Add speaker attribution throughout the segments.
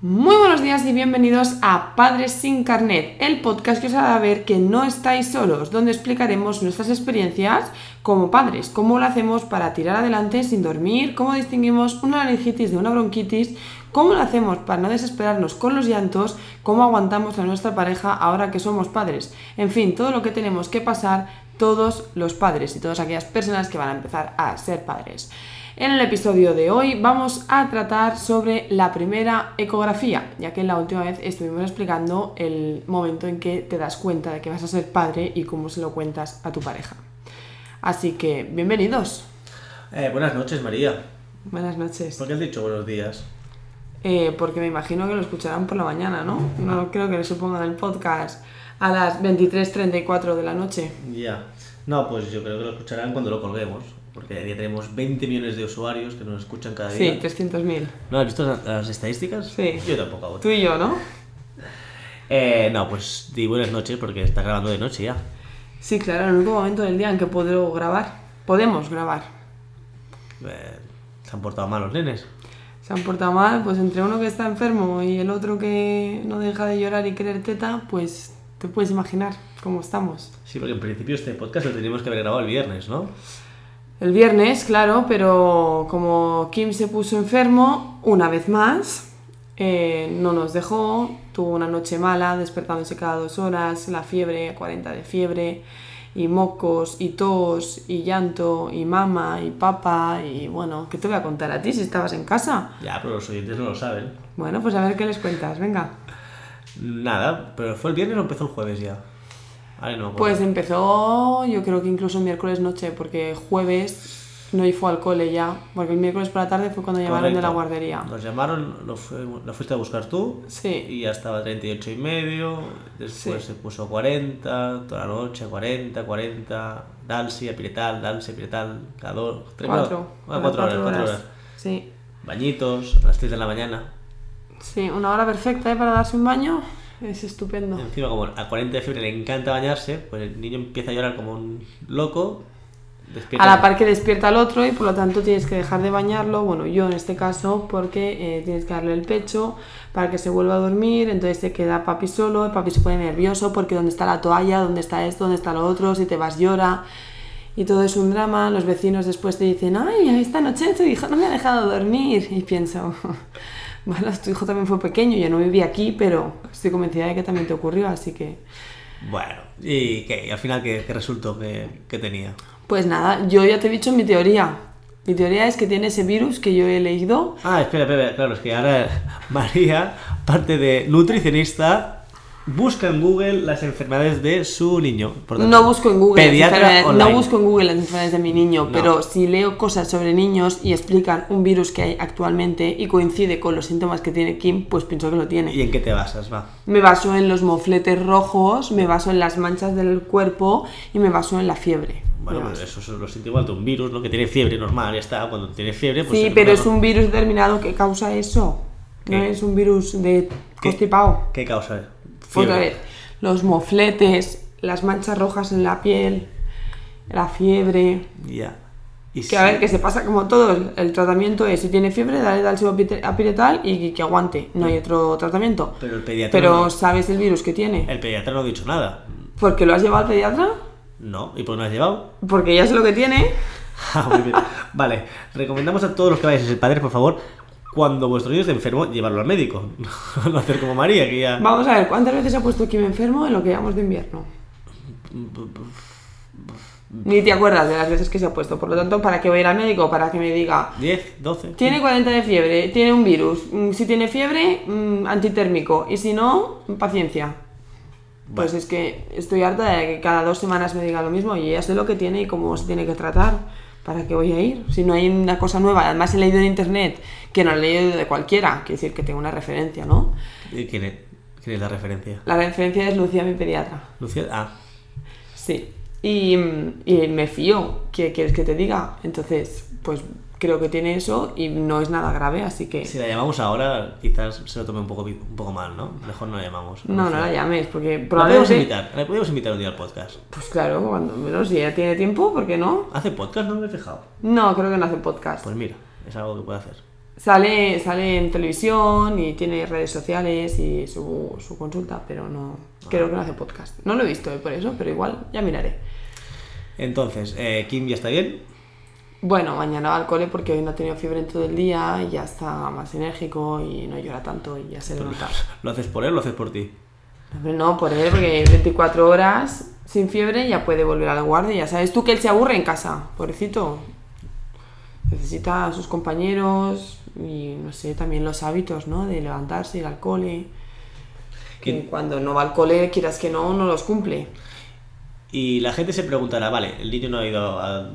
Speaker 1: Muy buenos días y bienvenidos a Padres sin Carnet, el podcast que os hará ver que no estáis solos, donde explicaremos nuestras experiencias como padres, cómo lo hacemos para tirar adelante sin dormir, cómo distinguimos una laringitis de una bronquitis, cómo lo hacemos para no desesperarnos con los llantos, cómo aguantamos a nuestra pareja ahora que somos padres, en fin, todo lo que tenemos que pasar todos los padres y todas aquellas personas que van a empezar a ser padres. En el episodio de hoy vamos a tratar sobre la primera ecografía, ya que la última vez estuvimos explicando el momento en que te das cuenta de que vas a ser padre y cómo se lo cuentas a tu pareja. Así que, bienvenidos.
Speaker 2: Eh, buenas noches, María.
Speaker 1: Buenas noches.
Speaker 2: ¿Por qué has dicho buenos días?
Speaker 1: Eh, porque me imagino que lo escucharán por la mañana, ¿no? No creo que le supongan el podcast a las 23.34 de la noche.
Speaker 2: Ya. No, pues yo creo que lo escucharán cuando lo colguemos. Porque ya tenemos 20 millones de usuarios que nos escuchan cada día.
Speaker 1: Sí, 300.000.
Speaker 2: ¿No has visto las, las estadísticas?
Speaker 1: Sí.
Speaker 2: Yo tampoco. aún.
Speaker 1: Tú y yo, ¿no?
Speaker 2: Eh, no, pues di buenas noches porque está grabando de noche ya.
Speaker 1: Sí, claro, en el único momento del día en que puedo grabar. Podemos grabar.
Speaker 2: Eh, se han portado mal los nenes.
Speaker 1: Se han portado mal, pues entre uno que está enfermo y el otro que no deja de llorar y querer teta, pues te puedes imaginar cómo estamos.
Speaker 2: Sí, porque en principio este podcast lo teníamos que haber grabado el viernes, ¿no?
Speaker 1: El viernes, claro, pero como Kim se puso enfermo una vez más, eh, no nos dejó, tuvo una noche mala, despertándose cada dos horas, la fiebre, 40 de fiebre, y mocos, y tos, y llanto, y mama, y papa, y bueno, ¿qué te voy a contar a ti si estabas en casa?
Speaker 2: Ya, pero los oyentes no lo saben.
Speaker 1: Bueno, pues a ver qué les cuentas, venga.
Speaker 2: Nada, pero ¿fue el viernes o empezó el jueves ya? Ahora no me acuerdo.
Speaker 1: Pues empezó, yo creo que incluso miércoles noche, porque jueves no fue al cole ya, porque el miércoles por la tarde fue cuando llamaron de la
Speaker 2: Correcto.
Speaker 1: guardería.
Speaker 2: Nos llamaron, lo, fu- lo fuiste a buscar tú.
Speaker 1: Sí.
Speaker 2: Y ya estaba 38 y medio. Después
Speaker 1: Sí.
Speaker 2: se puso 40, toda la noche, 40, 40. Dalsi, apiretal, Dalsi, apiretal, cada dos, tres,
Speaker 1: Cuatro. Bueno,
Speaker 2: bueno, cuatro horas,
Speaker 1: cuatro
Speaker 2: cuatro horas.
Speaker 1: Sí.
Speaker 2: Bañitos, a las 3 de la mañana.
Speaker 1: Sí, una hora perfecta ¿eh? para darse un baño. Es estupendo.
Speaker 2: Encima, como a 40 de fiebre le encanta bañarse, pues el niño empieza a llorar como un loco.
Speaker 1: A
Speaker 2: despierta-
Speaker 1: la par que despierta al otro y por lo tanto tienes que dejar de bañarlo, bueno yo en este caso, porque eh, tienes que darle el pecho para que se vuelva a dormir, entonces se queda papi solo, el papi se pone nervioso porque dónde está la toalla, dónde está esto, dónde está lo otro, si te vas llora y todo es un drama, los vecinos después te dicen, ay, esta noche tu hijo no me ha dejado dormir y pienso, bueno, tu hijo también fue pequeño, yo no viví aquí, pero estoy convencida de que también te ocurrió, así que...
Speaker 2: Bueno, ¿y qué? ¿Y al final qué, qué resultó que, que tenía?
Speaker 1: Pues nada, yo ya te he dicho mi teoría. Mi teoría es que tiene ese virus que yo he leído.
Speaker 2: Ah, espera, espera, espera, claro, es que ahora María, parte de nutricionista, busca en Google las enfermedades de su niño. Por tanto,
Speaker 1: No busco en Google, las
Speaker 2: Pediatra
Speaker 1: enfermedades-
Speaker 2: online.
Speaker 1: no busco en Google las enfermedades de mi niño,
Speaker 2: No.
Speaker 1: pero si leo cosas sobre niños y explican un virus que hay actualmente y coincide con los síntomas que tiene Kim, pues pienso que lo tiene.
Speaker 2: ¿Y en qué te basas? Va.
Speaker 1: Me baso en los mofletes rojos, me baso en las manchas del cuerpo y me baso en la fiebre.
Speaker 2: Bueno,
Speaker 1: Me
Speaker 2: pues
Speaker 1: baso.
Speaker 2: eso es lo síntomas de un virus, ¿no? Que tiene fiebre, normal, ya está. Cuando tiene fiebre, pues.
Speaker 1: sí,
Speaker 2: el-
Speaker 1: pero es un virus determinado que causa eso. No
Speaker 2: ¿Qué?
Speaker 1: es un virus de
Speaker 2: ¿Qué-
Speaker 1: constipado.
Speaker 2: ¿Qué causa? Fiebre.
Speaker 1: Otra vez, los mofletes, las manchas rojas en la piel, la fiebre.
Speaker 2: Ya. Y
Speaker 1: Que a ver, que se pasa como todo. El tratamiento es: si tiene fiebre, dale dalsiapiretal y que aguante. No hay otro tratamiento.
Speaker 2: Pero el pediatra
Speaker 1: Pero
Speaker 2: no-
Speaker 1: sabes el virus que tiene.
Speaker 2: El pediatra no ha dicho nada.
Speaker 1: Porque lo has llevado al pediatra,
Speaker 2: No, ¿y por qué no has llevado?
Speaker 1: porque ya sé lo que tiene.
Speaker 2: Ah, muy bien. Vale, recomendamos a todos los que vayáis a ser padres, por favor, cuando vuestro niño esté enfermo, llevarlo al médico. no hacer como María, que ya.
Speaker 1: Vamos a ver, ¿cuántas veces ha puesto aquí me enfermo en lo que llevamos de invierno? Ni te acuerdas de las veces que se ha puesto. Por lo tanto, ¿para qué voy a ir al médico? Para que me diga,
Speaker 2: 10, 12.
Speaker 1: tiene 40 de fiebre, tiene un virus. mm, Si tiene fiebre, mm, antitérmico. Y si no, paciencia. Pues es que estoy harta de que cada dos semanas me diga lo mismo y ya sé lo que tiene y cómo se tiene que tratar. ¿Para qué voy a ir? Si no hay una cosa nueva. Además, he leído en internet que no he leído de cualquiera. Quiere decir que tengo una referencia, ¿no?
Speaker 2: ¿Y Eh, ¿Quién es, quién es la referencia?
Speaker 1: La referencia es Lucía, mi pediatra.
Speaker 2: Lucía. Ah,
Speaker 1: Sí. Y, mm, y me fío. ¿Qué quieres que te diga? Entonces, pues creo que tiene eso y no es nada grave, así que.
Speaker 2: si la llamamos ahora, quizás se lo tome un poco, vi- un poco mal, ¿no? Mejor no la llamamos.
Speaker 1: No, no la llames, porque
Speaker 2: La podemos
Speaker 1: probablemente.
Speaker 2: invitar, la podemos invitar un día al podcast.
Speaker 1: Pues claro, cuando menos, si ella tiene tiempo, ¿por qué no?
Speaker 2: ¿Hace podcast? No me he fijado.
Speaker 1: No, creo que no hace podcast.
Speaker 2: Pues mira, es algo que puede hacer.
Speaker 1: Sale, sale en televisión y tiene redes sociales y su, su consulta, pero no. Creo que
Speaker 2: Ah.
Speaker 1: no hace podcast. No lo he visto eh, por eso, pero igual ya miraré.
Speaker 2: Entonces, eh, Kim ya está bien.
Speaker 1: Bueno, mañana va al cole porque hoy no ha tenido fiebre en todo el día y ya está más enérgico y no llora tanto y ya se le nota.
Speaker 2: ¿Lo haces por él o lo haces por ti?
Speaker 1: Hombre, No, por él, porque 24 horas sin fiebre ya puede volver a la guardia. Ya sabes tú que él se aburre en casa, pobrecito. Necesita a sus compañeros y no sé, también los hábitos, ¿no? De levantarse, ir al cole. Que
Speaker 2: ¿Quién?
Speaker 1: cuando no va al cole, quieras que no, no los cumple.
Speaker 2: Y la gente se preguntará, vale, el niño no ha ido al,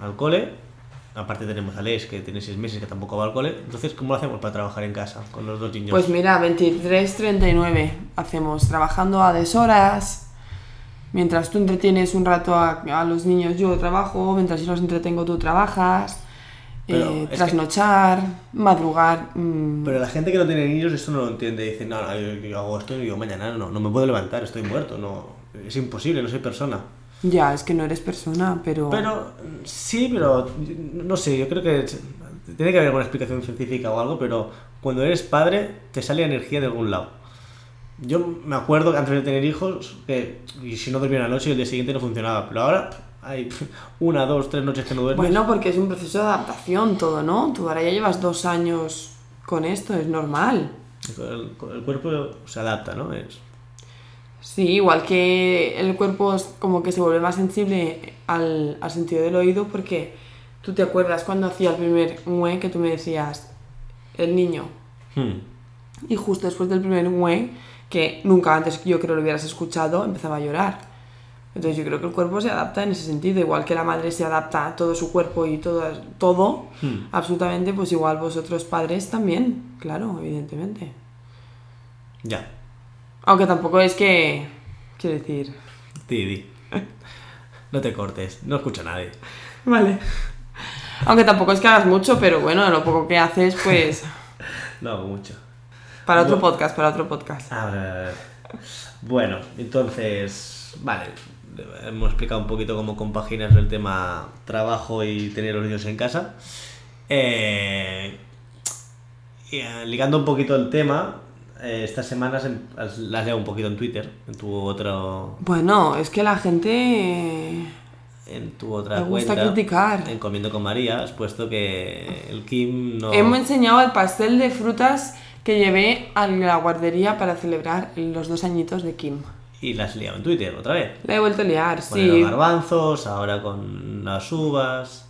Speaker 2: al cole, aparte tenemos a Leis que tiene seis meses que tampoco va al cole, entonces ¿cómo lo hacemos para trabajar en casa con los dos niños?
Speaker 1: Pues mira, 23.39 hacemos trabajando a deshoras. Mientras tú entretienes un rato a, a los niños, yo trabajo. Mientras yo los entretengo, tú trabajas.
Speaker 2: Pero
Speaker 1: Eh,
Speaker 2: es que-
Speaker 1: trasnochar, madrugar. mm,
Speaker 2: Pero la gente que no tiene niños esto no lo entiende, dice, no, no, yo, yo hago esto y yo mañana no, no me puedo levantar, estoy muerto, no, es imposible, no soy persona.
Speaker 1: Ya, es que no eres persona, pero.
Speaker 2: Pero sí, pero no sé, yo creo que es- tiene que haber alguna explicación científica o algo, pero cuando eres padre te sale energía de algún lado. Yo me acuerdo que antes de tener hijos, que y si no dormía una noche y el día siguiente no funcionaba, pero ahora hay una, dos, tres noches que no duermes.
Speaker 1: Bueno, porque es un proceso de adaptación todo, ¿no? Tú ahora ya llevas dos años con esto, es normal.
Speaker 2: El, el cuerpo se adapta, ¿no? Es,
Speaker 1: Sí, igual que el cuerpo es como que se vuelve más sensible al, al sentido del oído, porque tú te acuerdas cuando hacía el primer mue que tú me decías, el niño,
Speaker 2: Hmm.
Speaker 1: y justo después del primer mue, que nunca antes yo creo lo hubieras escuchado, empezaba a llorar. Entonces yo creo que el cuerpo se adapta en ese sentido, igual que la madre se adapta a todo su cuerpo y todo, todo absolutamente, pues igual vosotros padres también, claro, evidentemente.
Speaker 2: Ya,
Speaker 1: Aunque tampoco es que, quiero decir...
Speaker 2: di, di. No te cortes, no escucha a nadie.
Speaker 1: Vale. Aunque tampoco es que hagas mucho, pero bueno, lo poco que haces, pues.
Speaker 2: No hago mucho.
Speaker 1: Para otro podcast, para otro podcast.
Speaker 2: A ver. Bueno, entonces, vale, hemos explicado un poquito cómo compaginas el tema trabajo y tener los niños en casa. Eh, y, eh, ligando un poquito el tema, eh, estas semanas en- las las leo un poquito en Twitter, en tu otro,
Speaker 1: Bueno, es que la gente. eh,
Speaker 2: en tu otra
Speaker 1: Me gusta
Speaker 2: cuenta,
Speaker 1: criticar.
Speaker 2: en Comiendo con María, has puesto que el Kim no.
Speaker 1: Hemos enseñado el pastel de frutas que llevé a la guardería para celebrar los dos añitos de Kim.
Speaker 2: Y las has liado en Twitter otra vez.
Speaker 1: La he vuelto a liar,
Speaker 2: Con los
Speaker 1: sí.
Speaker 2: garbanzos, ahora con las uvas.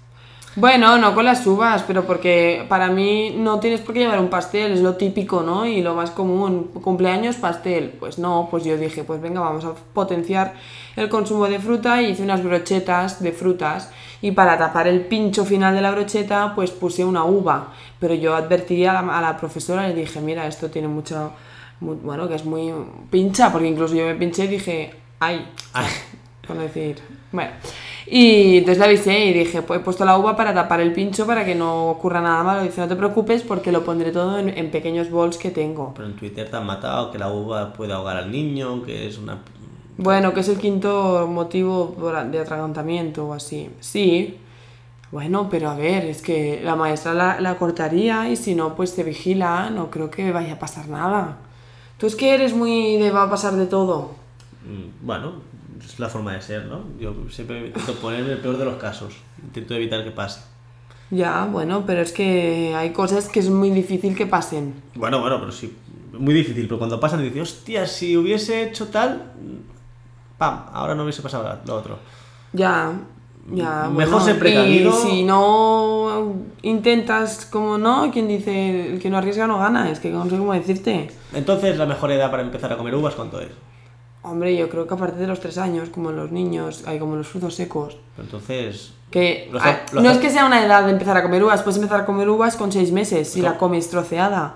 Speaker 1: Bueno, no con las uvas, pero porque para mí no tienes por qué llevar un pastel, es lo típico, ¿no? Y lo más común, cumpleaños, pastel. Pues no, pues yo dije, pues venga, vamos a potenciar el consumo de fruta y hice unas brochetas de frutas. Y para tapar el pincho final de la brocheta, pues puse una uva. Pero yo advertí a la, a la profesora, le dije, mira, esto tiene mucho, mu- bueno, que es muy pincha, porque incluso yo me pinché y dije, ay, por decir. Bueno, y entonces la avisé y dije, pues he puesto la uva para tapar el pincho para que no ocurra nada malo. Dice, no te preocupes porque lo pondré todo en, en pequeños bols que tengo.
Speaker 2: Pero en Twitter te han matado, que la uva puede ahogar al niño, que es una...
Speaker 1: Bueno, que es el quinto motivo por- de atragantamiento o así. Sí. Bueno, pero a ver, es que la maestra la, la cortaría y si no, pues te vigila, no creo que vaya a pasar nada. Tú es que eres muy de va a pasar de todo.
Speaker 2: Mm, Bueno, es la forma de ser, ¿no? Yo siempre intento ponerme el peor de los casos, intento evitar que pase.
Speaker 1: Ya, bueno, pero es que hay cosas que es muy difícil que pasen.
Speaker 2: Bueno, bueno, pero sí. Muy difícil, pero cuando pasan dices, hostia, si hubiese hecho tal. Pam, ahora no hubiese pasado lo otro.
Speaker 1: Ya, ya.
Speaker 2: Mejor
Speaker 1: bueno,
Speaker 2: ser precavido.
Speaker 1: Y si no intentas, como no, quien dice el que no arriesga no gana, es que no sé cómo decirte.
Speaker 2: Entonces, la mejor edad para empezar a comer uvas, ¿cuánto es?
Speaker 1: Hombre, yo creo que a partir de los tres años, como en los niños, hay como en los frutos secos.
Speaker 2: Entonces.
Speaker 1: Que
Speaker 2: Los
Speaker 1: ah,
Speaker 2: ha- los
Speaker 1: no
Speaker 2: ha-
Speaker 1: es que sea una edad de empezar a comer uvas, puedes empezar a comer uvas con seis meses si
Speaker 2: Claro.
Speaker 1: la comes troceada.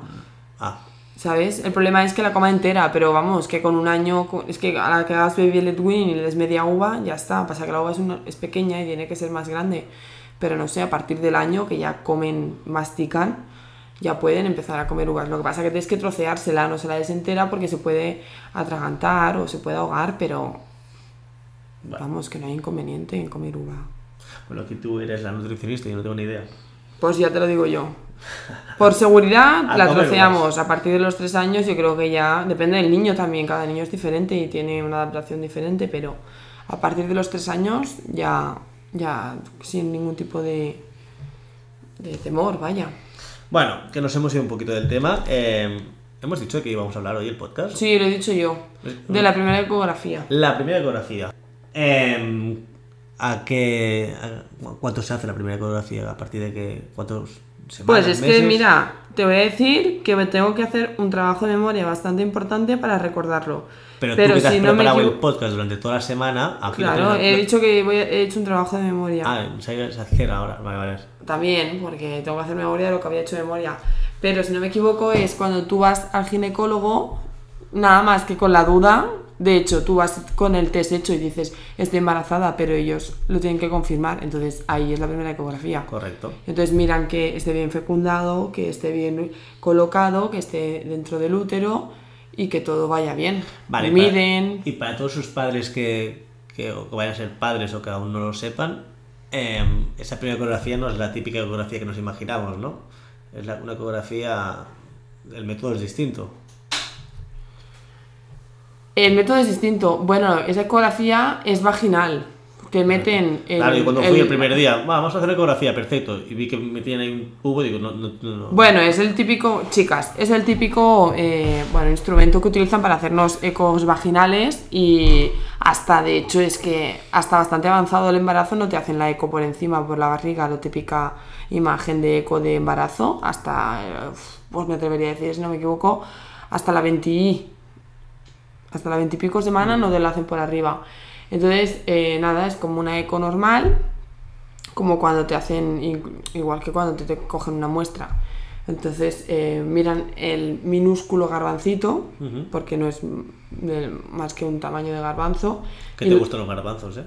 Speaker 2: Ah,
Speaker 1: ¿Sabes? El problema es que la coma entera, pero vamos, que con un año, con- es que a la que hagas baby led weaning y le des media uva, ya está. Pasa que la uva es, una- es pequeña y tiene que ser más grande. Pero no sé, a partir del año que ya comen, mastican, ya pueden empezar a comer uvas. Lo que pasa que tienes que troceársela, no se la des entera porque se puede atragantar o se puede ahogar, pero vamos, que no hay inconveniente en comer uva.
Speaker 2: bueno, aquí tú eres la nutricionista y no tengo ni idea.
Speaker 1: Pues ya te lo digo yo. Por seguridad
Speaker 2: A
Speaker 1: la
Speaker 2: comer
Speaker 1: troceamos. A partir de los tres años yo creo que ya... Depende del niño también, cada niño es diferente y tiene una adaptación diferente, pero a partir de los tres años ya, ya sin ningún tipo de, de temor, vaya.
Speaker 2: Bueno, que nos hemos ido un poquito del tema. Eh, hemos dicho que íbamos a hablar hoy el podcast.
Speaker 1: Sí, lo he dicho yo. De la primera ecografía.
Speaker 2: La primera ecografía. Eh, ¿A qué. a cu- ¿Cuánto se hace la primera ecografía? ¿A partir de qué? ¿Cuántos semanas?
Speaker 1: Pues es que
Speaker 2: meses?
Speaker 1: mira, te voy a decir que me tengo que hacer un trabajo de memoria bastante importante para recordarlo.
Speaker 2: Pero, tú que te has preparado
Speaker 1: equivo-
Speaker 2: el podcast durante toda la semana. Aquí lo
Speaker 1: Claro,
Speaker 2: tenemos-
Speaker 1: he dicho que voy a- he hecho un trabajo de memoria.
Speaker 2: Ah, se ha- se hace ahora. Vale, vale.
Speaker 1: también, porque tengo que hacer memoria de lo que había hecho de memoria. Pero si no me equivoco, es cuando tú vas al ginecólogo, nada más que con la duda. De hecho, tú vas con el test hecho y dices, estoy embarazada, pero ellos lo tienen que confirmar. Entonces ahí es la primera ecografía.
Speaker 2: Correcto.
Speaker 1: Entonces miran que esté bien fecundado, que esté bien colocado, que esté dentro del útero y que todo vaya bien.
Speaker 2: Vale,
Speaker 1: Miden.
Speaker 2: para- y para todos sus padres que, que, o que vayan a ser padres o que aún no lo sepan, eh, esa primera ecografía no es la típica ecografía que nos imaginamos, ¿no? Es la- una ecografía. El método es distinto.
Speaker 1: El método es distinto. Bueno, esa ecografía es vaginal. Te meten el,
Speaker 2: claro, yo cuando fui el, primer día, "Va, vamos a hacer ecografía, perfecto. Y vi que metían ahí un cubo y digo, no, no, no. no".
Speaker 1: Bueno, es el típico, chicas, es el típico eh, bueno, instrumento que utilizan para hacernos ecos vaginales y hasta, de hecho, es que hasta bastante avanzado el embarazo no te hacen la eco por encima, por la barriga, la típica imagen de eco de embarazo, hasta, eh, pues me atrevería a decir, si no me equivoco, hasta la 20 i. hasta la 20 y pico semana no te la hacen por arriba. Entonces, eh, nada, es como una eco normal, como cuando te hacen, ig- igual que cuando te, te cogen una muestra. Entonces eh, miran el minúsculo garbancito, porque no es m- del- más que un tamaño de garbanzo.
Speaker 2: que
Speaker 1: y,
Speaker 2: te gustan los garbanzos, ¿eh?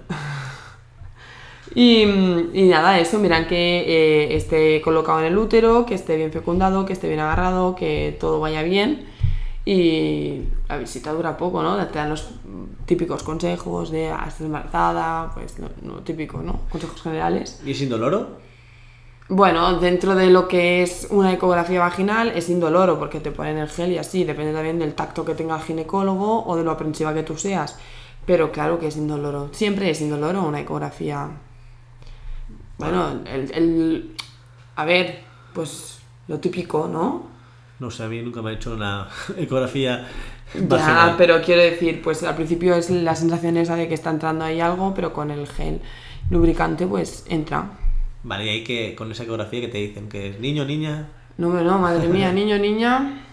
Speaker 1: y, mm, y nada, eso, miran que eh, esté colocado en el útero, que esté bien fecundado, que esté bien agarrado, que todo vaya bien. Y la visita dura poco, ¿no? Te dan los típicos consejos de "Ah, estás embarazada, pues lo, lo típico, ¿no? Consejos generales.
Speaker 2: ¿Y sin doloro?
Speaker 1: Bueno, dentro de lo que es una ecografía vaginal es indoloro porque te ponen el gel y así, depende también del tacto que tenga el ginecólogo o de lo aprensiva que tú seas. Pero claro que es indoloro, siempre es indoloro una ecografía. Bueno, el, el- a ver, pues lo típico, ¿no?
Speaker 2: No sé, a mí nunca me ha hecho una ecografía.
Speaker 1: Ya,
Speaker 2: vaginal.
Speaker 1: pero quiero decir, pues al principio es la sensación esa de que está entrando ahí algo, pero con el gel lubricante pues entra.
Speaker 2: Vale, y hay que, con esa ecografía que te dicen que es niño, niña,
Speaker 1: No, hombre, no, madre mía, niño, niña.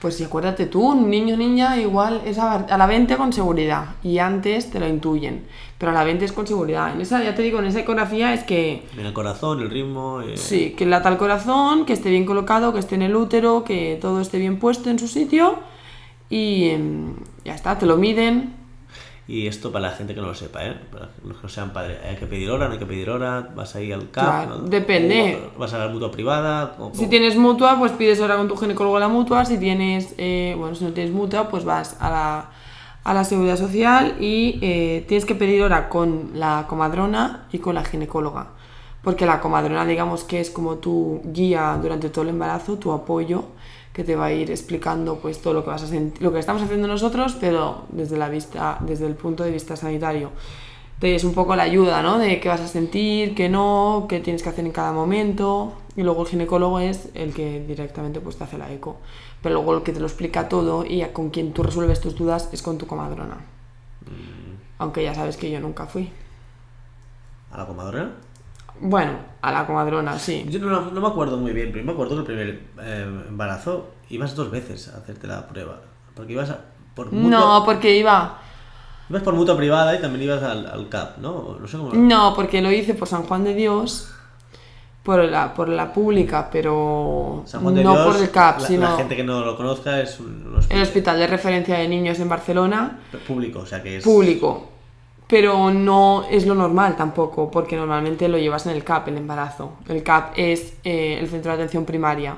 Speaker 1: Pues sí, acuérdate tú, niño, niña, igual es a, a la 20 con seguridad. Y antes te lo intuyen. Pero a la 20 es con seguridad. En esa, ya te digo, en esa ecografía es que.
Speaker 2: en el corazón, el ritmo. eh,
Speaker 1: Sí, que lata el corazón, que esté bien colocado, que esté en el útero, que todo esté bien puesto en su sitio. Y em, ya está, te lo miden.
Speaker 2: Y esto para la gente que no lo sepa, ¿eh? Para los que no sean padres. Hay que pedir hora, no hay que pedir hora, vas a ir al CAP.
Speaker 1: Claro,
Speaker 2: ¿no?
Speaker 1: depende.
Speaker 2: O Vas a la mutua privada. o-
Speaker 1: Si
Speaker 2: o-
Speaker 1: tienes mutua, pues pides ahora con tu ginecólogo a la mutua. Si tienes, eh, bueno, si no tienes mutua, pues vas a la, a la seguridad social y eh, tienes que pedir hora con la comadrona y con la ginecóloga. Porque la comadrona, digamos que es como tu guía durante todo el embarazo, tu apoyo, que te va a ir explicando pues todo lo que vas a sent- lo que estamos haciendo nosotros, pero desde la vista, desde el punto de vista sanitario. de- es un poco la ayuda, ¿no? De qué vas a sentir, qué no, qué tienes que hacer en cada momento. Y luego el ginecólogo es el que directamente pues, te hace la eco. Pero luego el que te lo explica todo y a- con quien tú resuelves tus dudas es con tu comadrona.
Speaker 2: Mm.
Speaker 1: Aunque ya sabes que yo nunca fui.
Speaker 2: ¿A la comadrona?
Speaker 1: Bueno, a la comadrona, sí.
Speaker 2: Yo no, no me acuerdo muy bien, pero me acuerdo que el primer eh, embarazo ibas dos veces a hacerte la prueba. Porque ibas a- por
Speaker 1: No,
Speaker 2: mutua,
Speaker 1: porque iba.
Speaker 2: ibas por mutua privada y también ibas al, al CAP, ¿no? No sé cómo.
Speaker 1: No, porque lo hice por San Juan de Dios, por la, por la pública, pero
Speaker 2: San Juan de
Speaker 1: no
Speaker 2: Dios,
Speaker 1: por el CAP,
Speaker 2: la,
Speaker 1: sino
Speaker 2: la gente que no lo conozca es un, un hospital,
Speaker 1: el hospital de referencia de niños en Barcelona,
Speaker 2: público, o sea que es.
Speaker 1: Eh, público. Pero no es lo normal tampoco, porque normalmente lo llevas en el CAP, el embarazo. El CAP es eh, el centro de atención primaria.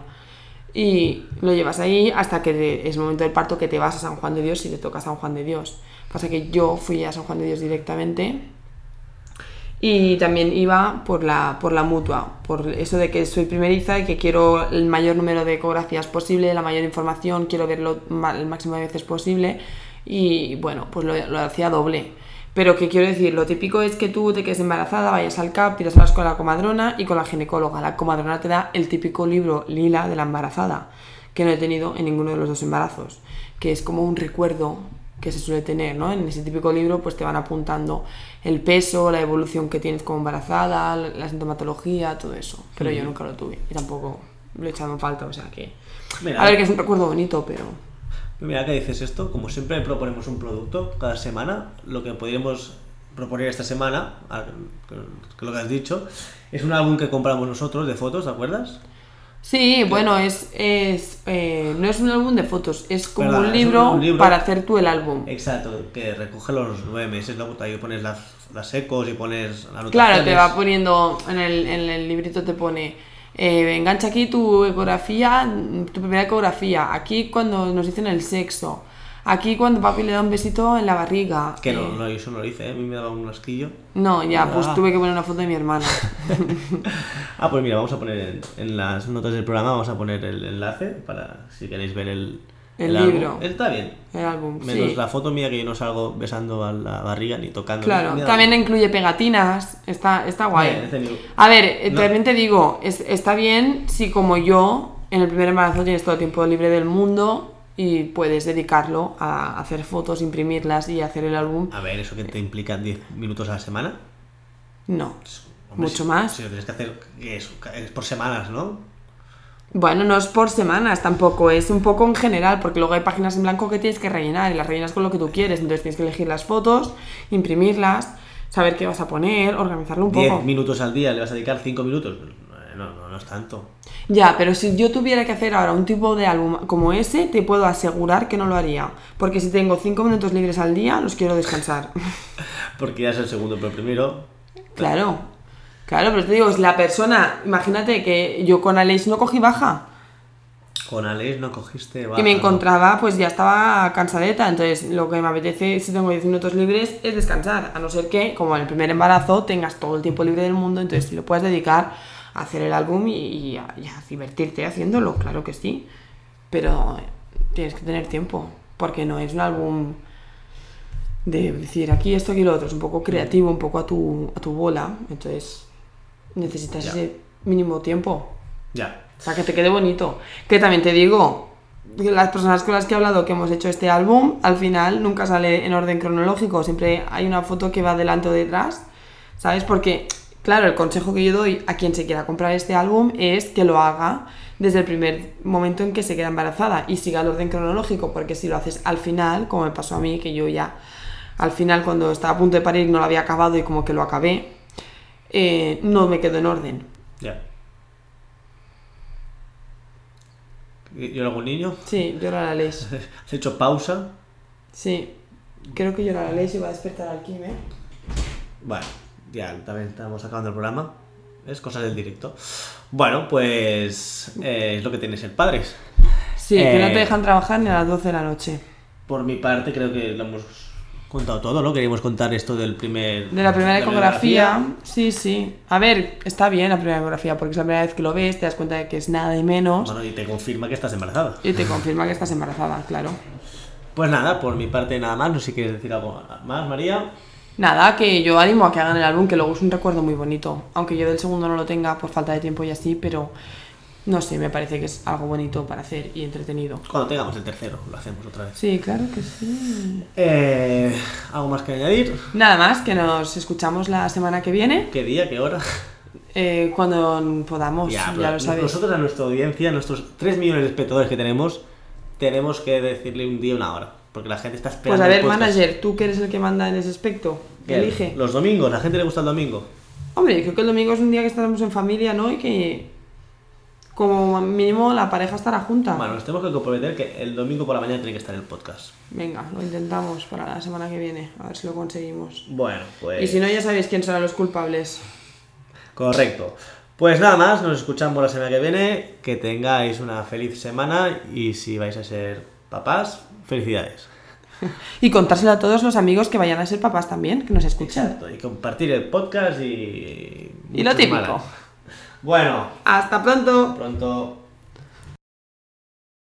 Speaker 1: Y lo llevas ahí hasta que te- es el momento del parto que te vas a San Juan de Dios y te toca San Juan de Dios. Pasa que yo fui a San Juan de Dios directamente y también iba por la, por la mutua, por eso de que soy primeriza y que quiero el mayor número de ecografías posible, la mayor información, quiero verlo ma- el máximo de veces posible y bueno, pues lo, lo hacía doble. Pero que quiero decir, lo típico es que tú te quedes embarazada, vayas al CAP, pidas hablas con la comadrona y con la ginecóloga. La comadrona te da el típico libro lila de la embarazada, que no he tenido en ninguno de los dos embarazos, que es como un recuerdo que se suele tener, ¿no? En ese típico libro pues te van apuntando el peso, la evolución que tienes como embarazada, la la sintomatología, todo eso. Pero yo nunca lo tuve y tampoco lo he echado en falta, o sea que...
Speaker 2: Mira.
Speaker 1: A ver, que es un recuerdo bonito, pero...
Speaker 2: Mira que dices esto, como siempre proponemos un producto cada semana, lo que podríamos proponer esta semana, a- que lo que has dicho, es un álbum que compramos nosotros de fotos, ¿te acuerdas?
Speaker 1: Sí, bueno, es... es eh, no es un álbum de fotos, es como
Speaker 2: Verdad,
Speaker 1: un,
Speaker 2: es
Speaker 1: libro
Speaker 2: un libro.
Speaker 1: para hacer tú el álbum.
Speaker 2: Exacto, que recoge los nueve meses, luego ahí pones las, las ecos y pones anotaciones.
Speaker 1: Claro, te va poniendo en el, en el librito te pone eh, engancha aquí tu ecografía, mm, tu primera ecografía, aquí cuando nos dicen el sexo, aquí cuando papi le da un besito en la barriga.
Speaker 2: Que no,
Speaker 1: eh,
Speaker 2: no, yo eso no lo hice, ¿eh? a mí me daba un asquillo.
Speaker 1: no, ya, pues
Speaker 2: Ah.
Speaker 1: tuve que poner una foto de mi hermana.
Speaker 2: Ah, pues mira, vamos a poner en, en las notas del programa, vamos a poner el enlace para si queréis ver el,
Speaker 1: El
Speaker 2: álbum.
Speaker 1: libro.
Speaker 2: Está bien.
Speaker 1: El álbum,
Speaker 2: Menos
Speaker 1: sí.
Speaker 2: la foto mía que yo no salgo besando a la barriga ni tocando.
Speaker 1: Claro, también incluye pegatinas, está, está
Speaker 2: Bien,
Speaker 1: guay.
Speaker 2: este amigo.
Speaker 1: A ver, eh,
Speaker 2: No.
Speaker 1: también te digo, es- está bien si como yo, en el primer embarazo tienes todo el tiempo libre del mundo y puedes dedicarlo a hacer fotos, imprimirlas y hacer el álbum.
Speaker 2: A ver, eso que te implica 10 minutos a la semana.
Speaker 1: No,
Speaker 2: Hombre,
Speaker 1: mucho
Speaker 2: si-
Speaker 1: más.
Speaker 2: Si lo tienes que hacer ¿qué es, es por semanas, ¿no?
Speaker 1: Bueno, no es por semanas tampoco, es un poco en general, porque luego hay páginas en blanco que tienes que rellenar y las rellenas con lo que tú quieres, entonces tienes que elegir las fotos, imprimirlas, saber qué vas a poner, organizarlo un
Speaker 2: 10
Speaker 1: poco.
Speaker 2: minutos al día, le vas a dedicar 5 minutos. Eh, No, no, no es tanto.
Speaker 1: Ya, pero si yo tuviera que hacer ahora un tipo de álbum como ese, te puedo asegurar que no lo haría, porque si tengo 5 minutos libres al día, los quiero descansar.
Speaker 2: Porque ya es el segundo, pero el primero.
Speaker 1: Claro, claro, pero te digo, es la persona, imagínate que yo con Alex no cogí baja.
Speaker 2: Con Alex no cogiste.
Speaker 1: Y
Speaker 2: baja,
Speaker 1: me
Speaker 2: ¿no?
Speaker 1: encontraba, pues ya estaba cansadeta, entonces lo que me apetece si tengo 10 minutos libres es descansar, a no ser que, como en el primer embarazo, tengas todo el tiempo libre del mundo, entonces lo puedas dedicar a hacer el álbum y, y a, y a divertirte haciéndolo, claro que sí, pero tienes que tener tiempo, porque no es un álbum de decir aquí esto, aquí lo otro, es un poco creativo, un poco a tu, a tu bola, entonces necesitas
Speaker 2: Ya.
Speaker 1: ese mínimo tiempo.
Speaker 2: Ya.
Speaker 1: O sea, que te quede bonito. Que también te digo, que las personas con las que he hablado que hemos hecho este álbum, al final nunca sale en orden cronológico. Siempre hay una foto que va delante o detrás, ¿sabes? Porque, claro, el consejo que yo doy a quien se quiera comprar este álbum es que lo haga desde el primer momento en que se queda embarazada y siga el orden cronológico, porque si lo haces al final, como me pasó a mí, que yo ya al final cuando estaba a punto de parir no lo había acabado y como que lo acabé, eh, no me quedo en orden.
Speaker 2: Ya. ¿Y algún niño?
Speaker 1: Sí, llora la ley.
Speaker 2: ¿Has hecho pausa?
Speaker 1: Sí, creo que llora la ley y va a despertar al Kim, ¿eh?
Speaker 2: Bueno, ya también estamos acabando el programa. Es cosas del directo. Bueno, pues eh, es lo que tiene ser padres.
Speaker 1: Sí, que no
Speaker 2: Eh,
Speaker 1: te dejan trabajar ni a las 12 de la noche.
Speaker 2: Por mi parte, creo que lo hemos contado todo, ¿no? Queríamos contar esto del primer.
Speaker 1: De la primera
Speaker 2: de
Speaker 1: ecografía, sí, sí. A ver, está bien la primera ecografía porque es la primera vez que lo ves, te das cuenta de que es nada de menos
Speaker 2: Bueno, y te confirma que estás embarazada.
Speaker 1: y te confirma que estás embarazada, claro.
Speaker 2: Pues nada, por mi parte nada más. No sé si quieres decir algo más, María.
Speaker 1: Nada, que yo animo a que hagan el álbum, que luego es un recuerdo muy bonito. Aunque yo del segundo no lo tenga por falta de tiempo y así, pero no sé, me parece que es algo bonito para hacer y entretenido.
Speaker 2: Cuando tengamos el tercero, lo hacemos otra vez.
Speaker 1: Sí, claro que sí.
Speaker 2: Eh, ¿Algo más que añadir?
Speaker 1: Nada más, que nos escuchamos la semana que viene,
Speaker 2: ¿Qué día? ¿Qué hora?
Speaker 1: eh, cuando podamos, Oh, ya,
Speaker 2: pero
Speaker 1: lo sabes.
Speaker 2: Nosotros a nuestra audiencia, a nuestros 3 millones de espectadores que tenemos, tenemos que decirle un día y una hora. Porque la gente está
Speaker 1: Pues
Speaker 2: esperando.
Speaker 1: a ver,
Speaker 2: el podcast.
Speaker 1: manager, tú que eres el que manda en ese aspecto,
Speaker 2: Bien,
Speaker 1: elige.
Speaker 2: Los domingos, la gente le gusta el domingo.
Speaker 1: Hombre, creo que el domingo es un día que estaremos en familia, ¿no? Y que como mínimo la pareja estará junta.
Speaker 2: Bueno, nos tenemos que comprometer que el domingo por la mañana tiene que estar el podcast.
Speaker 1: Venga, lo intentamos para la semana que viene, a ver si lo conseguimos.
Speaker 2: Bueno, pues.
Speaker 1: Y si no, ya sabéis quién serán los culpables.
Speaker 2: Correcto. Pues nada más, nos escuchamos la semana que viene. Que tengáis una feliz semana y si vais a ser papás, felicidades.
Speaker 1: Y contárselo a todos los amigos que vayan a ser papás también, que nos escuchan.
Speaker 2: Exacto. Y compartir el podcast y.
Speaker 1: Y lo
Speaker 2: muchas
Speaker 1: típico.
Speaker 2: malas. Bueno,
Speaker 1: ¡Hasta pronto!
Speaker 2: pronto.